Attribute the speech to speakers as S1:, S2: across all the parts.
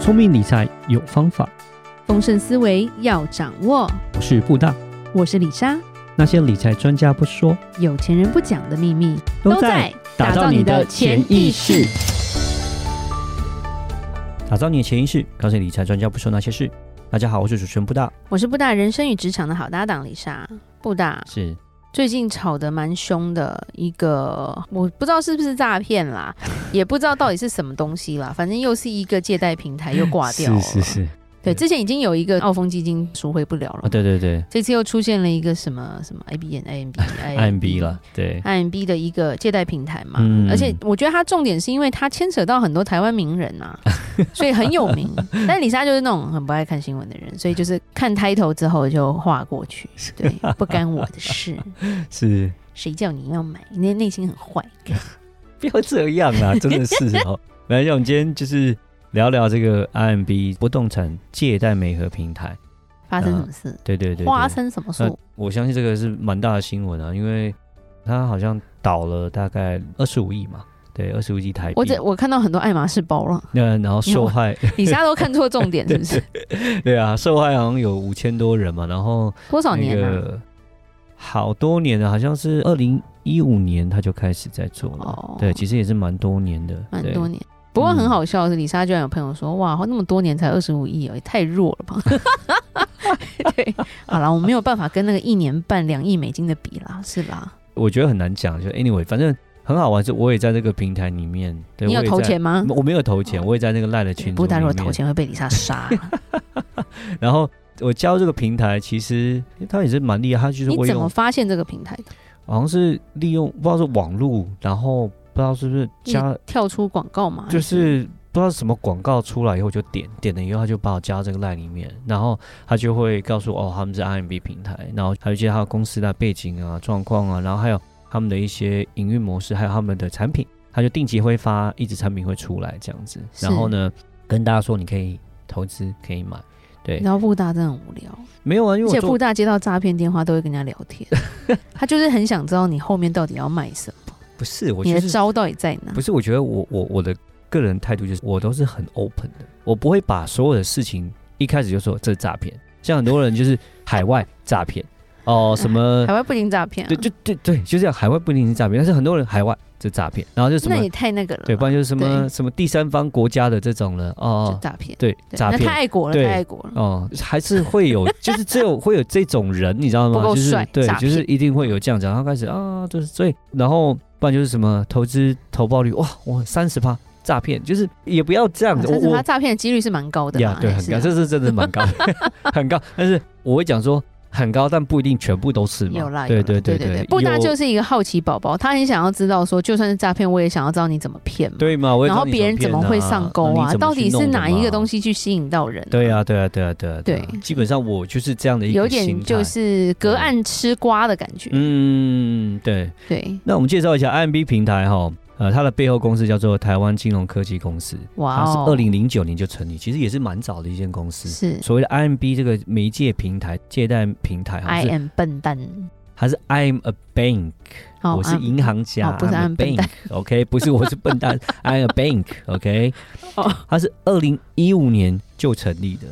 S1: 聪明理财有方法，
S2: 丰盛思维要掌握。
S1: 我是布大。
S2: 我是李莎，
S1: 那些理财专家不说，
S2: 有钱人不讲的秘密
S1: 打造你的潜意识。，打造你的潜意识，告诉你理财专家不说那些事。大家好，我是主持人布大。
S2: 我是布大人生与职场的好搭档李莎。布大
S1: 是，
S2: 最近吵得蛮凶的一个，我不知道是不是诈骗 啦，也不知道到底是什么东西啦，反正又是一个借贷平台又挂掉了。
S1: 是
S2: 对，之前已经有一个澳丰基金赎回不了了，
S1: 啊，对对对
S2: 这次又出现了一个什么什么 A B N A M B
S1: ，IMB 了，对
S2: IMB 的一个借贷平台嘛，
S1: 嗯
S2: 而且我觉得它重点是因为它牵扯到很多台湾名人 啊，所以很有名。但李莎就是那种很不爱看新闻的人，所以就是看 title 之后就划过去，对，不干我的事，
S1: 是。
S2: 谁叫你要买？你的内心很坏。
S1: 不要这样 啊，真的是哦。没关系，我们今天就是聊聊这个 IMB 不动产借贷媒合平台。
S2: 发生什么事？
S1: 对嗯对对对，
S2: 发生什么事？
S1: 呃我相信这个是蛮大的新闻啊，因为它好像倒了大概二十五亿嘛，对，二十五亿台币。
S2: 我只我看到很多爱马仕包了，
S1: 那然后受害，
S2: 李莎都看错重点，是不 是？
S1: 对啊，受害好像有五千多人嘛，然后
S2: 多少
S1: 那
S2: 年啊？
S1: 个好多年了，好像是二零一五年他就开始在做了，
S2: 哦
S1: 对，其实也是蛮多年的，
S2: 蛮
S1: 对嗯
S2: 多年。不过很好笑的是，李莎居然有朋友说：“哇，那么多年才二十五亿哦，也太弱了吧！” 对，好啦，我没有办法跟那个一年半两亿美金的比啦，是吧？
S1: 我觉得很难讲，就 anyway，反正很好玩。就我也在这个平台里面，对
S2: 你有
S1: 我也
S2: 投
S1: 在
S2: 钱吗？
S1: 我没有投钱，
S2: 哦
S1: 我也在那个赖的群组
S2: 不
S1: 里
S2: 但如果
S1: 面。
S2: 投钱会被李 莎杀，
S1: 然后我加入这个平台，其实它也是蛮厉害，它就是
S2: 你
S1: 会
S2: 怎么
S1: 用，
S2: 发现这个平台的？
S1: 好像是利用不知道是网络，然后不知道是不是加，
S2: 跳出广告嘛？
S1: 就
S2: 还
S1: 是不知道什么广告出来以后我就点点了以后，他就把我加到这个赖里面，然后他就会告诉我哦，他们是 RMB 平台，然后还有一些他的公司的背景啊、状况啊，然后还有他们的一些营运模式，还有他们的产品，他就定期会发一直产品会出来这样子。
S2: 是
S1: 然后呢，跟大家说你可以投资，可以买。对，
S2: 然后布大真的很无聊，
S1: 没有啊，因为
S2: 而
S1: 我
S2: 且
S1: 做
S2: 布大接到诈骗电话都会跟人家聊 天，他就是很想知道你后面到底要卖什么，
S1: 不是我
S2: 你
S1: 就
S2: 的
S1: 是
S2: 招到底在哪
S1: 不？是，我觉得我我我的个人态度就是，我都是很 open 的，我不会把所有的事情一开始就说这是诈骗。像很多人就是海外诈骗哦，什么
S2: 啊海外不行诈骗、啊，
S1: 对对对对，就这样，海外不一定是诈骗，但是很多人海外这诈骗，然后就什
S2: 那
S1: 么
S2: 也太那个了吧，
S1: 对，不然就是什么
S2: 对
S1: 什么第三方国家的这种人
S2: 就
S1: 哦，
S2: 诈骗。
S1: 对
S2: 对
S1: 诈
S2: 那太
S1: 骗。
S2: 爱国了，
S1: 对
S2: 太爱国了。
S1: 哦，还是会 有，就是只有会有这种人，你知道吗？
S2: 不够
S1: 就是
S2: 帅
S1: 对
S2: 诈，
S1: 就
S2: 骗
S1: 是一定会有这样子，然后开始啊，就是所以，然后不然就是什么投资投报率哇，我三十趴诈骗，就是也不要这样子，
S2: 但
S1: 我
S2: 是他
S1: 我
S2: 诈骗的几率是蛮高的
S1: 呀
S2: 嘛，，
S1: 对，
S2: 还
S1: 很
S2: 是
S1: 高，
S2: 啊
S1: 这是真的蛮 高的，很高，但是我会讲说很高，但不一定全部都是嘛，
S2: 有啦，
S1: 对
S2: 有啦对
S1: 对
S2: 对
S1: 对，
S2: 布大
S1: 有
S2: 就是一个好奇宝宝，他很想要知道说，就算是诈骗，我也想要知道你怎么骗嘛。
S1: 对嘛，我也
S2: 然后
S1: 知道你
S2: 别人怎么
S1: 骗
S2: 会上钩
S1: 啊？
S2: 啊？到底是哪一个东
S1: 西？
S2: 西去吸引到人？
S1: 对，啊，对啊，对啊，对啊，啊
S2: 对
S1: 基本上我就是这样的一个
S2: 有点
S1: 心
S2: 就
S1: 态
S2: 是隔岸吃瓜的感觉。
S1: 嗯，对，
S2: 对，
S1: 那我们介绍一下 IMB 平台哈、呃，它的背后公司叫做台湾金融科技公司，
S2: 哇
S1: 它是
S2: 哦，
S1: 二零零九年就成立，其实也是蛮早的一间公司。
S2: 是
S1: 所谓的 IMB 这个媒介平台、借贷平台哈，
S2: I
S1: 是
S2: am 笨蛋，
S1: 还是 I'm a bank，、
S2: 哦
S1: 我是
S2: I'm-
S1: 银行家，
S2: 哦不是
S1: I'm a
S2: I'm 笨蛋
S1: bank，OK，、不是我是笨 蛋，I'm a bank，OK，、
S2: 哦
S1: 它是二零一五年就成立的，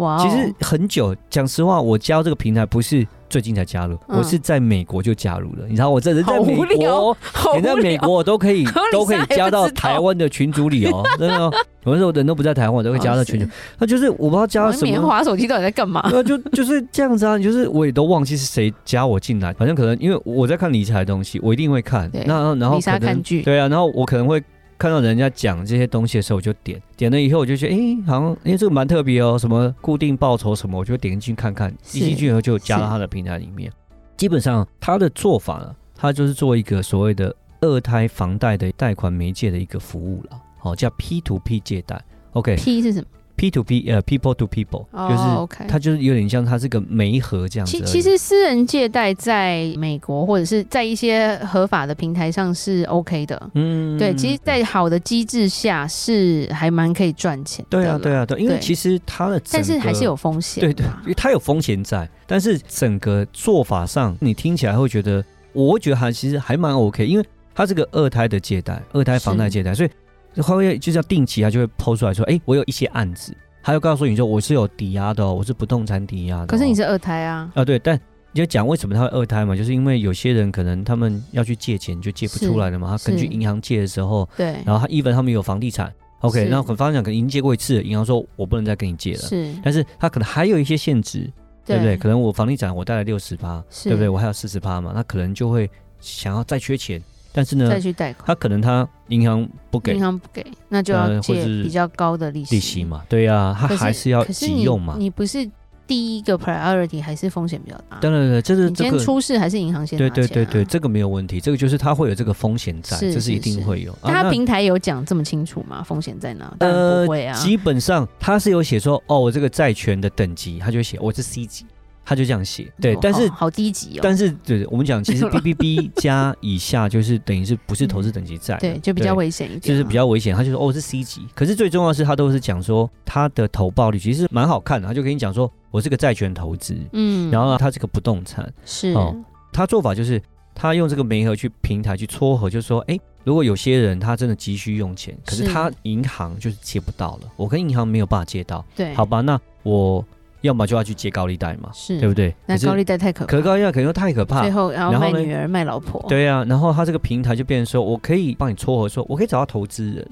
S2: 哇哦，
S1: 其实很久，讲实话，我加入这个平台不是最近才加入，
S2: 嗯
S1: 我是在美国就加入了。你知道，我这人在美
S2: 好无聊
S1: 国，
S2: 好无
S1: 你在美
S2: 聊
S1: 国我都可以
S2: 可是
S1: 都可以
S2: 你现在
S1: 加到
S2: 还不知道
S1: 台湾的群组里哦， 真的哦。有的时候人都不在台湾，我都会加到群组
S2: 哦。
S1: 那就是我不知道加到
S2: 我
S1: 什
S2: 棉
S1: 么。
S2: 花手机到底在干 嘛？
S1: 对啊，就就是这样子啊，就是我也都忘记是谁加我进来，反正可能因为我在看理财的东西，我一定会看
S2: 对。
S1: 那然后
S2: 丽莎
S1: 可能
S2: 看剧
S1: 对啊，然后我可能会看到人家讲这些东西的时候，我就点点了以后，我就觉得哎、诶好像哎、诶这个蛮特别哦，什么固定报酬什么，我就点进去看看。
S2: 是
S1: 一进去以后就加到
S2: 是
S1: 他的平台里面。基本上他的做法呢，他就是做一个所谓的二胎房贷的贷款媒介的一个服务了，哦，叫 P to P 借贷。OK，P
S2: P 是什么？
S1: to P 呃，people to people，、
S2: 哦，OK
S1: 就是它就是有点像它是个媒合这样子而
S2: 其
S1: 已。
S2: 其实私人借贷在美国或者是在一些合法的平台上是 OK 的，
S1: 嗯
S2: 对，其实，在好的机制下是还蛮可以赚钱的
S1: 对
S2: 啦
S1: 啊，对啊，对，因为
S2: 对
S1: 其实它的
S2: 但是
S1: 整个
S2: 还是有风险
S1: 对对
S2: 嘛，
S1: 因为它有风险在，但是整个做法上，你听起来会觉
S2: 嗯
S1: 得，我会觉得还其实还蛮 OK，因为它是个二胎的借贷，二胎房贷借贷，所以他会就是要定期，他就会抛出来说，哎、我有一些案子，他就告诉你说我是有抵押的、哦，我是不动产抵押的哦、
S2: 可是你是二胎啊，
S1: 啊，对，但你就讲为什么他会二胎嘛，就是因为有些人可能他们要去借钱就借不出来了嘛，他可能去
S2: 是
S1: 银行借的时候，
S2: 对，
S1: 然后他 even 他们有房地产，OK，
S2: 是
S1: 那很房地产可能已经借过一次了，银行说我不能再跟你借了，
S2: 是，
S1: 但是他可能还有一些限制，对不对？可能我房地产我贷了六十趴，
S2: 是，
S1: 对不对？我还有四十趴嘛，那可能就会想要再缺钱，但是呢
S2: 再，去贷款，
S1: 他可能他银行不给
S2: 银行不给，那就
S1: 呃
S2: 要
S1: 或
S2: 借
S1: 是
S2: 比较高的利息。
S1: 利息嘛，对呀、他
S2: 可
S1: 还是要
S2: 可是
S1: 急
S2: 你
S1: 用嘛。
S2: 你不是第一个 priority，还是风险比较大？
S1: 当然了，这是
S2: 你
S1: 这
S2: 先
S1: 个
S2: 出事还是银行先拿
S1: 对对
S2: 钱
S1: 对
S2: 啊
S1: 对，，这个没有问题，这个就是它会有这个风险在，
S2: 是
S1: 这是一
S2: 是
S1: 定
S2: 是
S1: 会有。啊
S2: 但他
S1: 那
S2: 平台有讲这么清楚吗？风险在哪？当然
S1: 呃
S2: 不会啊。
S1: 基本上它是有写说，哦，我这个债权的等级，它就会写我是 C 级，它就这样写。对，
S2: 哦
S1: 但是
S2: 好好低级哦。
S1: 但是对我们讲， 其实 BBB 加以下就是等于是不是投资等级债了，啊
S2: 嗯对，就比较危险一点啊，
S1: 就是比较危险，他就说哦是 C 级，可是最重要的是他都是讲说他的投报率其实蛮好看的，他就跟你讲说我这个债权投资，
S2: 嗯，
S1: 然后呢他这个不动产，
S2: 是
S1: 哦他做法就是他用这个媒合去平台去撮合，就是说，哎、如果有些人他真的急需用钱，可是
S2: 是
S1: 他银行就是借不到了，我跟银行没有办法借到，
S2: 对，
S1: 好吧，那我要么就要去借高利贷嘛，
S2: 是
S1: 对不对？
S2: 那
S1: 可
S2: 高
S1: 是
S2: 利贷太可怕
S1: 可是高利贷可能又太可怕
S2: 最，后然后
S1: 然后
S2: 卖
S1: 呢
S2: 女儿卖老婆，
S1: 对呀、啊，然后他这个平台就变成说，我可以帮你撮合说，我可以找到投资人，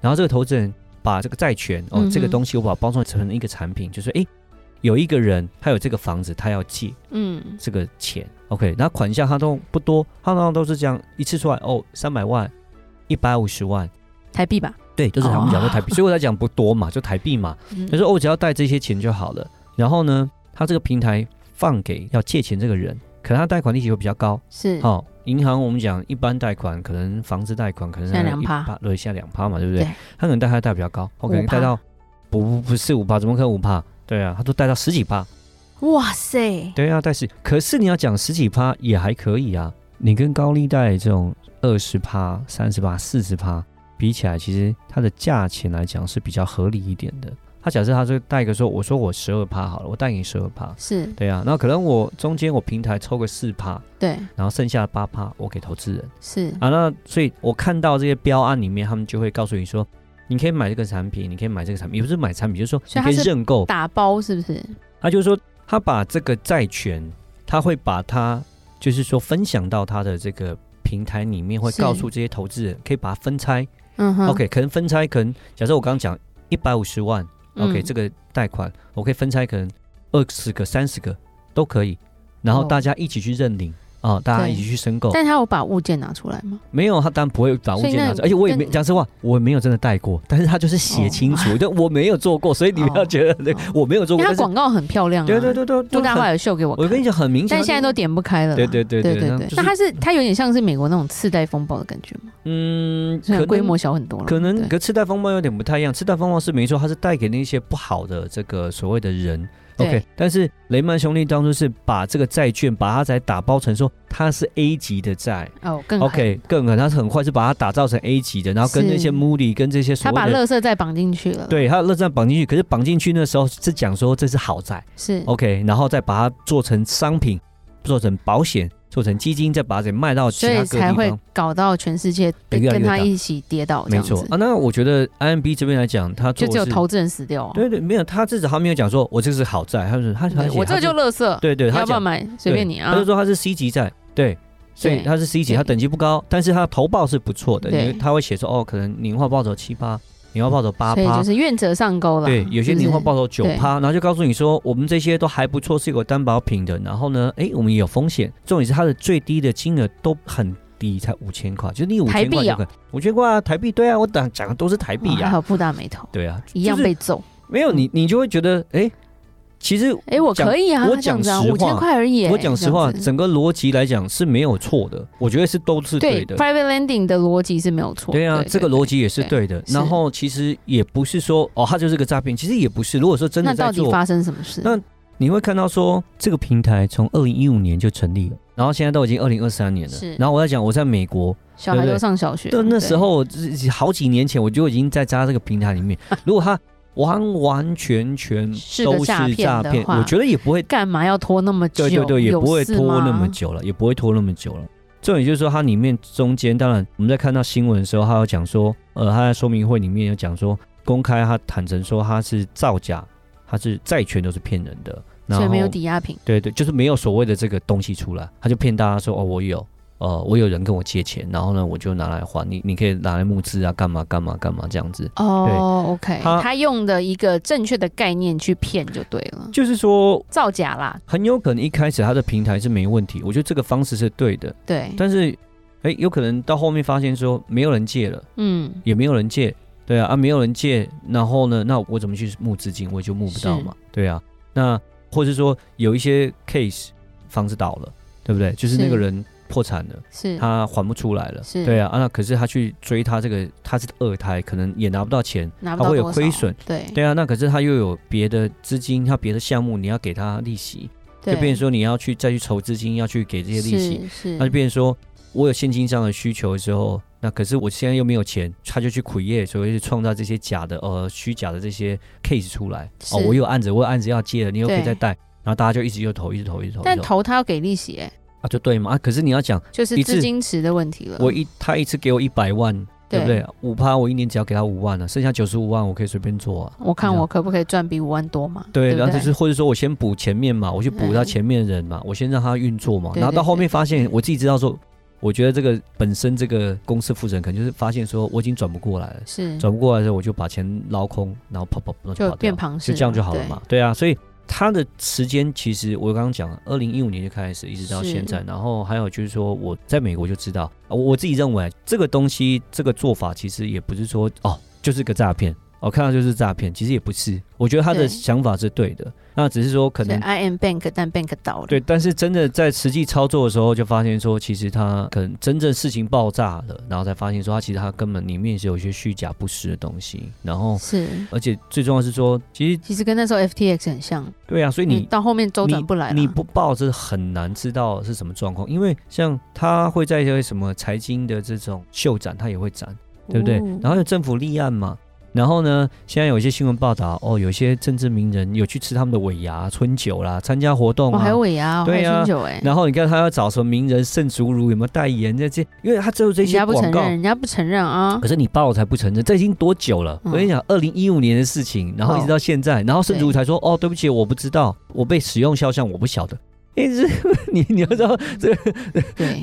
S1: 然后这个投资人把这个债权哦、
S2: 嗯哼
S1: 这个东西我把它包装成一个产品，就是哎、诶有一个人他有这个房子，他要借，
S2: 嗯，
S1: 这个钱。OK，那款项他都不多，他通常都是这样一次出来哦，三百万、一百五十万，
S2: 台币吧，
S1: 对，就是他们讲说台币，所以我在讲不多嘛，就台币嘛。
S2: 哦嗯
S1: 他说、哦、我只要带这些钱就好了。然后呢，他这个平台放给要借钱这个人，可能他贷款利息会比较高。
S2: 是
S1: 好、银行我们讲一般贷款，可能房子贷款可能
S2: 现在两
S1: 1%
S2: 趴，
S1: 对，现在两趴嘛，对不对？
S2: 对
S1: 他可能贷他贷比较高，我可能
S2: 5%
S1: 贷到不不不是五趴，怎么可能五趴？对啊，他都贷到十几趴。
S2: 哇塞，
S1: 对啊，但是可是你要讲十几趴也还可以啊。你跟高利贷这种二十趴、三十趴、四十趴比起来，其实它的价钱来讲是比较合理一点的。他假设他就贷个说，我说我十二趴好了，我贷给你十二趴，
S2: 是
S1: 对啊，那可能我中间我平台抽个四趴，
S2: 对
S1: 然后剩下八趴我给投资人
S2: 是
S1: 啊。那所以我看到这些标案里面，他们就会告诉你说，你可以买这个产品，你可以买这个产品，也不是买产品，就是说
S2: 所
S1: 你
S2: 以它
S1: 可以
S2: 是
S1: 认购
S2: 打包是不是？
S1: 他就是说，他把这个债权，他会把它就是说分享到他的这个平台里面，会
S2: 是
S1: 告诉这些投资人，可以把它分拆。
S2: 嗯哼
S1: OK，可能分拆，可能假设我刚刚讲一百五十万，OK，、
S2: 嗯
S1: 这个贷款我可以分拆，可能二十个、三十个都可以，然后
S2: 哦
S1: 大家一起去认领。啊、大家
S2: 对
S1: 一起去申购，
S2: 但他有把物件拿出来吗？
S1: 没有他当然不会把物
S2: 所以
S1: 件啊
S2: 那
S1: 拿出，而且我也没
S2: 跟
S1: 讲实话，我也没有真的贷过，但是他就是写清楚，但我没有做过，所以你不要
S2: 哦
S1: 觉得、
S2: 哦
S1: 我没有做
S2: 因
S1: 过，
S2: 为他
S1: 但是
S2: 广告很漂亮啊，
S1: 对对对对，
S2: 陆
S1: 就
S2: 大
S1: 很
S2: 华有秀给我看，
S1: 我跟你讲，很明显，
S2: 但现在都点不开了啦。
S1: 对对对
S2: 对
S1: 对
S2: 对
S1: 那
S2: 对
S1: 就，
S2: 那
S1: 是
S2: 它是它有点像是美国那种次贷风暴的感觉嘛，
S1: 嗯，可
S2: 虽然
S1: 能
S2: 规模小很多了。
S1: 可能
S2: 对
S1: 跟次贷风暴有点不太一样。次贷风暴是没错，它是带给那些不好的这个所谓的人。
S2: 对
S1: OK，但是雷曼兄弟当初是把这个债券把它才打包成说它是 A 级的债
S2: 哦更狠
S1: ，OK，更狠，它是很快是把它打造成 A 级的，然后跟
S2: 是
S1: 那些 Moody 跟这些所
S2: 他把
S1: 谓的
S2: 乐色再绑进去了。，
S1: 对，它乐战绑进去，可是绑进去那时候是讲说这是好债
S2: 是
S1: ，OK，然后再把它做成商品，做成保险，做成基金，再把它给卖到其
S2: 所
S1: 他
S2: 以
S1: 各地
S2: 才会
S1: 方。
S2: 搞到全世界
S1: 对越来越
S2: 跟
S1: 大
S2: 他一起跌倒这
S1: 没
S2: 样子
S1: 错，啊，那我觉得 IMB 这边来讲，他
S2: 就
S1: 做
S2: 只有
S1: 的是
S2: 投资人死掉啊。
S1: 对对，没有，他至少他没有讲说我这个是好债，他是他他
S2: 对，我这个就乐色，
S1: 对对，他
S2: 要不要
S1: 讲
S2: 买随便
S1: 对
S2: 你啊
S1: 他就。说他是 C 级债，对。所以
S2: 对
S1: 他是 C 级，
S2: 对
S1: 他等级不高，但是他投报是不错的。
S2: 对
S1: 你他会写说，哦，可能年化报酬七趴，年化报酬八
S2: 所以
S1: 趴
S2: 就，是愿者上钩了。
S1: 对，有些
S2: 是不是
S1: 年化报酬九
S2: 对
S1: 趴，然后就告诉你说，我们这些都还不错，是有担保品的。然后呢，哎，我们也有风险，重点是它的最低的金额都很低，才五千块，就是你五
S2: 台
S1: 千
S2: 币
S1: 块就
S2: 哦
S1: 可以，五千块啊，台币，对啊，我讲讲的都是台币
S2: 哦还
S1: 啊，
S2: 好布大没头，
S1: 对啊，
S2: 一样
S1: 就是
S2: 被嗯揍。
S1: 没有你，你就会觉得，哎、其实
S2: 哎，我可以啊，
S1: 我
S2: 这样
S1: 讲
S2: 子啊，
S1: 实
S2: 五千
S1: 话
S2: 块而已。
S1: 我讲实
S2: 这
S1: 话，
S2: 样子
S1: 整个逻辑来讲是没有错的，我觉得是都是对
S2: 对
S1: 的。
S2: private lending 的逻辑是没有错。
S1: 对啊，这个
S2: 对
S1: 逻辑也是对的。
S2: 是
S1: 然后其实也不是说哦，它就是个诈骗，其实也不是。如果说真的
S2: 那
S1: 在
S2: 到底
S1: 做，
S2: 发生什么事？
S1: 那你会看到说这个平台从二零一五年就成立了，然后现在都已经二零二三年了
S2: 是。
S1: 然后我在讲我在美国，
S2: 小
S1: 对
S2: 孩
S1: 不
S2: 都
S1: 对
S2: 上小学了，
S1: 对，那时候我自己好几年前我就已经在扎这个平台 里面。如果它完完全全
S2: 是个
S1: 都
S2: 诈
S1: 是
S2: 骗
S1: 诈
S2: 的
S1: 骗，
S2: 话
S1: 我觉得也不会
S2: 干嘛要拖那么久？
S1: 对对对，也
S2: 有
S1: 不会
S2: 事
S1: 拖那
S2: 吗
S1: 么久了，也不会拖那么久了。重点就是说，它里面中间，当然我们在看到新闻的时候，它有讲说，呃，他在说明会里面有讲说，公开他坦诚说他是造假，他是债权都是骗人的，然
S2: 所
S1: 后
S2: 以没有抵押品。
S1: 对对，就是没有所谓的这个东西出来，他就骗大家说哦，我有，呃，我有人跟我借钱，然后呢，我就拿来还你，你可以拿来募资啊，干嘛干嘛干嘛这样子。
S2: 哦，OK，
S1: 他
S2: 他用的一个正确的概念去骗就对了，
S1: 就是说，
S2: 造假啦，
S1: 很有可能一开始他的平台是没问题，我觉得这个方式是对的，
S2: 对，
S1: 但是，哎，有可能到后面发现说没有人借了，
S2: 嗯，
S1: 也没有人借，对啊，啊没有人借，然后呢，那我怎么去募资金？我也就募不到嘛，对啊。那或者说有一些 case 房子倒了，对不对？就是那
S2: 是
S1: 个人破产了。
S2: 是，
S1: 他还不出来了，
S2: 是
S1: 对啊，啊那可是他去追他这个，他是二胎，可能也拿不到钱，
S2: 拿不
S1: 他
S2: 到
S1: 会有
S2: 多
S1: 亏
S2: 少
S1: 损，
S2: 对
S1: 对啊，那可是他又有别的资金，他别的项目你要给他利息，就
S2: 对，
S1: 变成说你要去再去筹资金，要去给这些利息，
S2: 是是，
S1: 那就变成说我有现金上的需求的时候，那可是我现在又没有钱，他就去苦业，所以就创造这些假的呃虚假的这些 case 出来，哦，
S2: 是
S1: 我有案子，我有案子要借了，你又可以
S2: 对
S1: 再贷，然后大家就一直又投，一直投，一直投，一
S2: 但
S1: 直投
S2: 投他要给利息耶，
S1: 啊，就对嘛啊，可是你要讲。
S2: 就是
S1: 一次
S2: 资金池的问题了。
S1: 我一他一次给我一百万，对不对？五趴我一年只要给他五万了、剩下九十五万我可以随便做啊。
S2: 我看
S1: 你知道
S2: 我可不可以赚比五万多嘛？
S1: 对，
S2: 不
S1: 然后就是
S2: 对
S1: 或者说我先补前面嘛，我去补到
S2: 嗯
S1: 前面的人嘛，我先让他运作嘛，
S2: 对
S1: 然后到
S2: 对
S1: 后面
S2: 对
S1: 发现
S2: 对
S1: 我自己知道说，我觉得这个本身这个公司负责人可能就是发现说我已经转不过来了，
S2: 是
S1: 转不过来的时候我就把钱捞空，然后跑跑然后
S2: 嗯就
S1: 跑掉
S2: 变，庞氏
S1: 就
S2: 了，
S1: 这样就好了
S2: 对
S1: 嘛。。对啊，所以他的时间其实我刚刚讲了，二零一五年就开始，一直到
S2: 是
S1: 现在。然后还有就是说，我在美国就知道，啊我我自己认为这个东西这个做法其实也不是说哦就是个诈骗，哦看到就是诈骗，其实也不是。我觉得他的
S2: 对啊
S1: 想法是对的，那只是说可
S2: 对
S1: 能。
S2: ，I am bank，但 bank 倒了。
S1: 对，但是真的在实际操作的时候，就发现说，其实他可能真正事情爆炸了，然后才发现说，他其实他根本里面是有一些虚假不实的东西。然后，
S2: 是，
S1: 而且最重要是说，其实
S2: 其实跟那时候 FTX 很像，
S1: 对啊，所以
S2: 因为
S1: 你
S2: 到后面周转不来了
S1: 你不报是很难知道是什么状况，因为像他会在一些什么财经的这种秀展，他也会展，对不对？
S2: 哦
S1: 然后有政府立案嘛，然后呢，现在有一些新闻报道，哦，有一些政治名人有去吃他们的尾牙、春酒啦，参加活动
S2: 我
S1: 啊。
S2: 还有尾牙哦，还
S1: 对
S2: 有
S1: 啊
S2: 春酒哎，
S1: 然后你看他要找什么名人盛竹如有没有代言这些，因为他只有这
S2: 人
S1: 些
S2: 家不承
S1: 广告
S2: 认，。人家不承认啊
S1: 可。是你报了才不承认，这已经多久了？我
S2: 嗯哦
S1: 跟你讲，二零一五年的事情，然后一直到现在，然后甚至乎才说，哦，对不起，我不知道，我被使用肖像，我不晓得。哎、这 你你要知道，这个
S2: 对，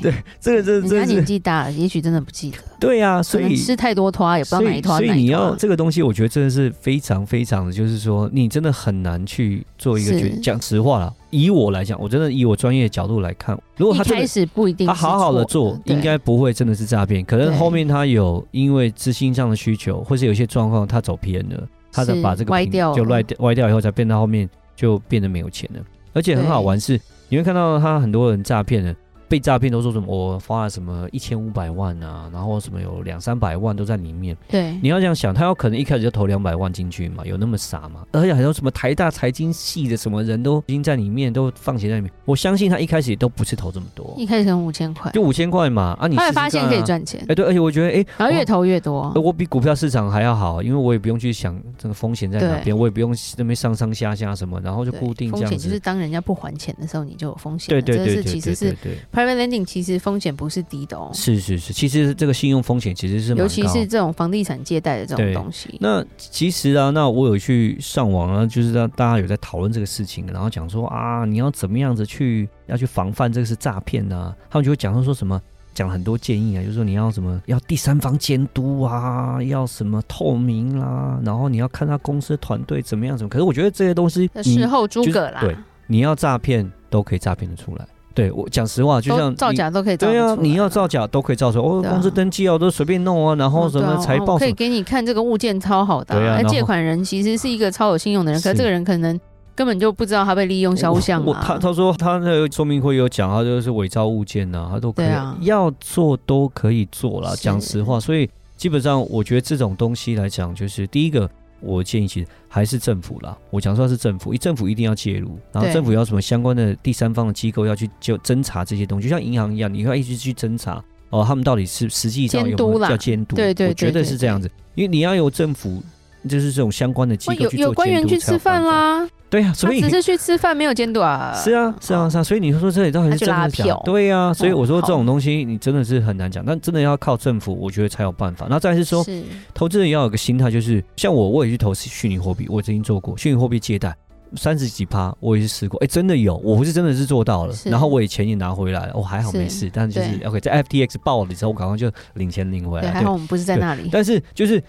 S1: 对这个这
S2: 人家
S1: 这
S2: 年
S1: 是
S2: 纪大了，也许真的不记得，
S1: 对啊，
S2: 可
S1: 所
S2: 能
S1: 以
S2: 吃太多拖，也不知道
S1: 所
S2: 哪一
S1: 以
S2: 拖
S1: 所以
S2: 哪
S1: 你
S2: 一
S1: 要
S2: 拖。
S1: 这个东西，我觉得真的是非常非常的，就是说你真的很难去做一个
S2: 是
S1: 决。讲实话了，以我来讲，我真的以我专业的角度来看，如果
S2: 一
S1: 他真的
S2: 开始不一定
S1: 他
S2: 是
S1: 好好的
S2: 错
S1: 做，应
S2: 对
S1: 该不会真的是诈骗。可能
S2: 对
S1: 后面他有因为资金上的需求，或是有一些状况，他走偏了，他才
S2: 是
S1: 把这个
S2: 歪
S1: 平
S2: 掉
S1: 就
S2: 了
S1: 歪掉，歪掉以后才变到后面就变得没有钱了。而且很好玩是，你会看到他很多人诈骗的，被诈骗都说什么我花了什么一千五百万啊，然后什么有两三百万都在里面。
S2: 对
S1: 你要这样想，他有可能一开始就投两百万进去嘛，有那么傻吗？而且还有什么台大财经系的什么人都已经在里面，都放钱在里面。我相信他一开始也都不是投这么多，
S2: 一开始可能五千块，
S1: 就五千块嘛，啊你
S2: 后
S1: 试
S2: 来
S1: 试
S2: 发现
S1: 看啊
S2: 可以，赚哦钱
S1: 哎、，对，而且我觉得哎、
S2: 然后越投越多
S1: 呃。我比股票市场还要好，因为我也不用去想这个风险在哪边，我也不用那边上上下下什么，然后就
S2: 对
S1: 固定这
S2: 风
S1: 样
S2: 险就是
S1: 子。
S2: 当人家不还钱的时候，你就有风险
S1: 对
S2: 了。
S1: 对对对
S2: 这是其
S1: 对
S2: 实
S1: 对
S2: 是
S1: 对对，
S2: private lending，其实风险不是低的哦，
S1: 是是是，其实这个信用风险其实是蛮高。
S2: 尤其是这种房地产借贷的这
S1: 对
S2: 种东西。
S1: 那其实啊，那我有去上网啊，就是让大家有在讨论这个事情，然后讲说啊，你要怎么样子去要去防范这个是诈骗呐？他们就会讲到说什么。讲很多建议啊，就是说你要什么要第三方监督啊，要什么透明啦、啊然后你要看他公司团队怎么样怎么。可是我觉得这些东西
S2: 那，
S1: 你
S2: 事后诸
S1: 就是
S2: 葛啦，
S1: 对你要诈骗都可以诈骗得出来。对我讲实话，就像
S2: 都造
S1: 你
S2: 假都可以造得
S1: 对
S2: 出来
S1: 啊
S2: 了。，
S1: 你要造假都可以造出来，哦，
S2: 对啊
S1: 公司登记啊，我都随便弄啊，然后
S2: 嗯
S1: 什
S2: 对
S1: 么
S2: 啊
S1: 财
S2: 我
S1: 报
S2: 可
S1: 什
S2: 以
S1: 么，
S2: 给你看这个物件超好的、
S1: 对啊
S2: 那
S1: 然后
S2: 借款人其实是一个超有信用的人，可
S1: 是
S2: 这个人可能根本就不知道他被利用肖像
S1: 我我他
S2: 啊。
S1: 他说他那个说明会有讲，他就是伪造物件呐、他都可以、
S2: 对啊
S1: 要做都可以做啦。
S2: 是
S1: 讲实话，所以基本上我觉得这种东西来讲，就是第一个。我建议其实还是政府啦，我讲说是政府，一政府一定要介入，然后
S2: 对
S1: 政府要什么相关的第三方的机构要去就侦查这些东西，就像银行一样，你要一直去侦查哦，他们到底是实际上有没
S2: 监督
S1: 有
S2: 啦
S1: 要监督？
S2: 对对
S1: 我觉
S2: 对
S1: 得
S2: 对
S1: 是这样子，因为你要有政府就是这种相关的机
S2: 喂
S1: 构
S2: 有
S1: 去做监督，
S2: 有官员去
S1: 才
S2: 吃
S1: 办
S2: 饭
S1: 法
S2: 啦，
S1: 对呀、所以
S2: 他只是去吃饭，没有监督啊。
S1: 是啊，是啊，
S2: 哦，
S1: 是啊，所以你说这里到底是
S2: 他去
S1: 真
S2: 拉
S1: 的假
S2: 票
S1: 的？对呀、所以我说这
S2: 好
S1: 种东西你真的是很难讲，但真的要靠政府，我觉得才有办法。那再来是说，
S2: 是
S1: 投资人要有个心态，就是像我，我也去投资虚拟货币，我曾经做过虚拟货币借贷。三十几趴，我也是试过，哎、真的有，我是真的是做到了，
S2: 是
S1: 然后我也钱也拿回来了，我、哦还好
S2: 是
S1: 没事，但就是
S2: 对
S1: OK，在 FTX 爆了之后，我赶快就领钱领回
S2: 对，
S1: 来，
S2: 还好我们不是在那里。
S1: 但是就是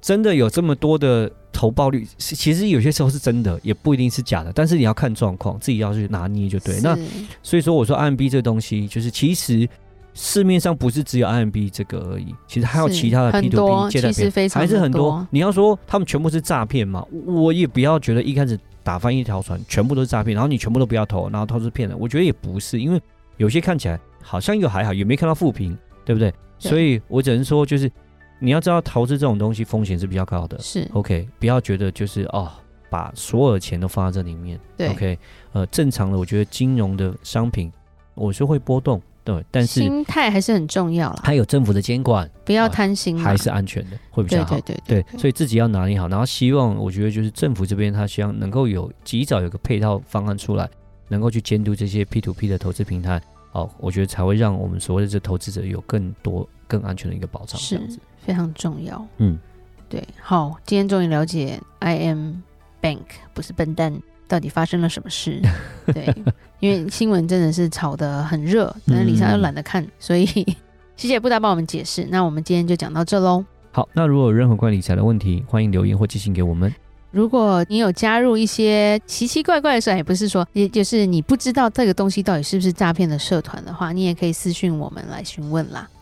S1: 真的有这么多的投报率，是其实有些时候是真的，也不一定是假的。但是你要看状况，自己要去拿捏就对。那
S2: 是
S1: 所以说，我说 RMB 这东西，就是其实市面上不是只有 RMB 这个而已，其实还有
S2: 是
S1: 其他的
S2: 很
S1: P
S2: 多
S1: to P 借贷
S2: 其实非
S1: 片，
S2: 常
S1: 还是很
S2: 的多
S1: 多。你要说他们全部是诈骗嘛，我也不要觉得一开始打翻一条船全部都是诈骗，然后你全部都不要投，然后都是骗人。我觉得也不是，因为有些看起来好像又还好，也没看到负评，对不对？
S2: 对
S1: 所以我只能说，就是你要知道投资这种东西风险是比较高的。
S2: 是，
S1: OK，不要觉得就是哦，把所有的钱都放在这里面。
S2: 对
S1: OK，呃，正常的，我觉得金融的商品我是会波动，对，但是
S2: 心态还是很重要啦，
S1: 它有政府的监管，
S2: 不要贪心啦，
S1: 还是安全的，会比
S2: 对
S1: 较好。
S2: 对对
S1: 对，所以自己要拿捏好，然后希望我觉得就是政府这边，他希望能够有及早有个配套方案出来，能够去监督这些 P to P 的投资平台，哦，我觉得才会让我们所谓的这投资者有更多更安全的一个保障，这
S2: 是
S1: 样子。
S2: 非常重要。
S1: 嗯，
S2: 对，好，今天终于了解 I am Bank 不是笨蛋到底发生了什 么事。对，因为新闻真的是炒得很热，
S1: 嗯
S2: 但是李莎又懒得看，所以 谢谢布达帮我们解释。那我们今天就讲到这喽。
S1: 好，那如果有任何关于理财的问题，欢迎留言或寄信给我们。
S2: 如果你有加入一些奇奇怪怪的社团，也不是说，也就是你不知道这个东西到底是不是诈骗的社团的话，你也可以私讯我们来询问啦。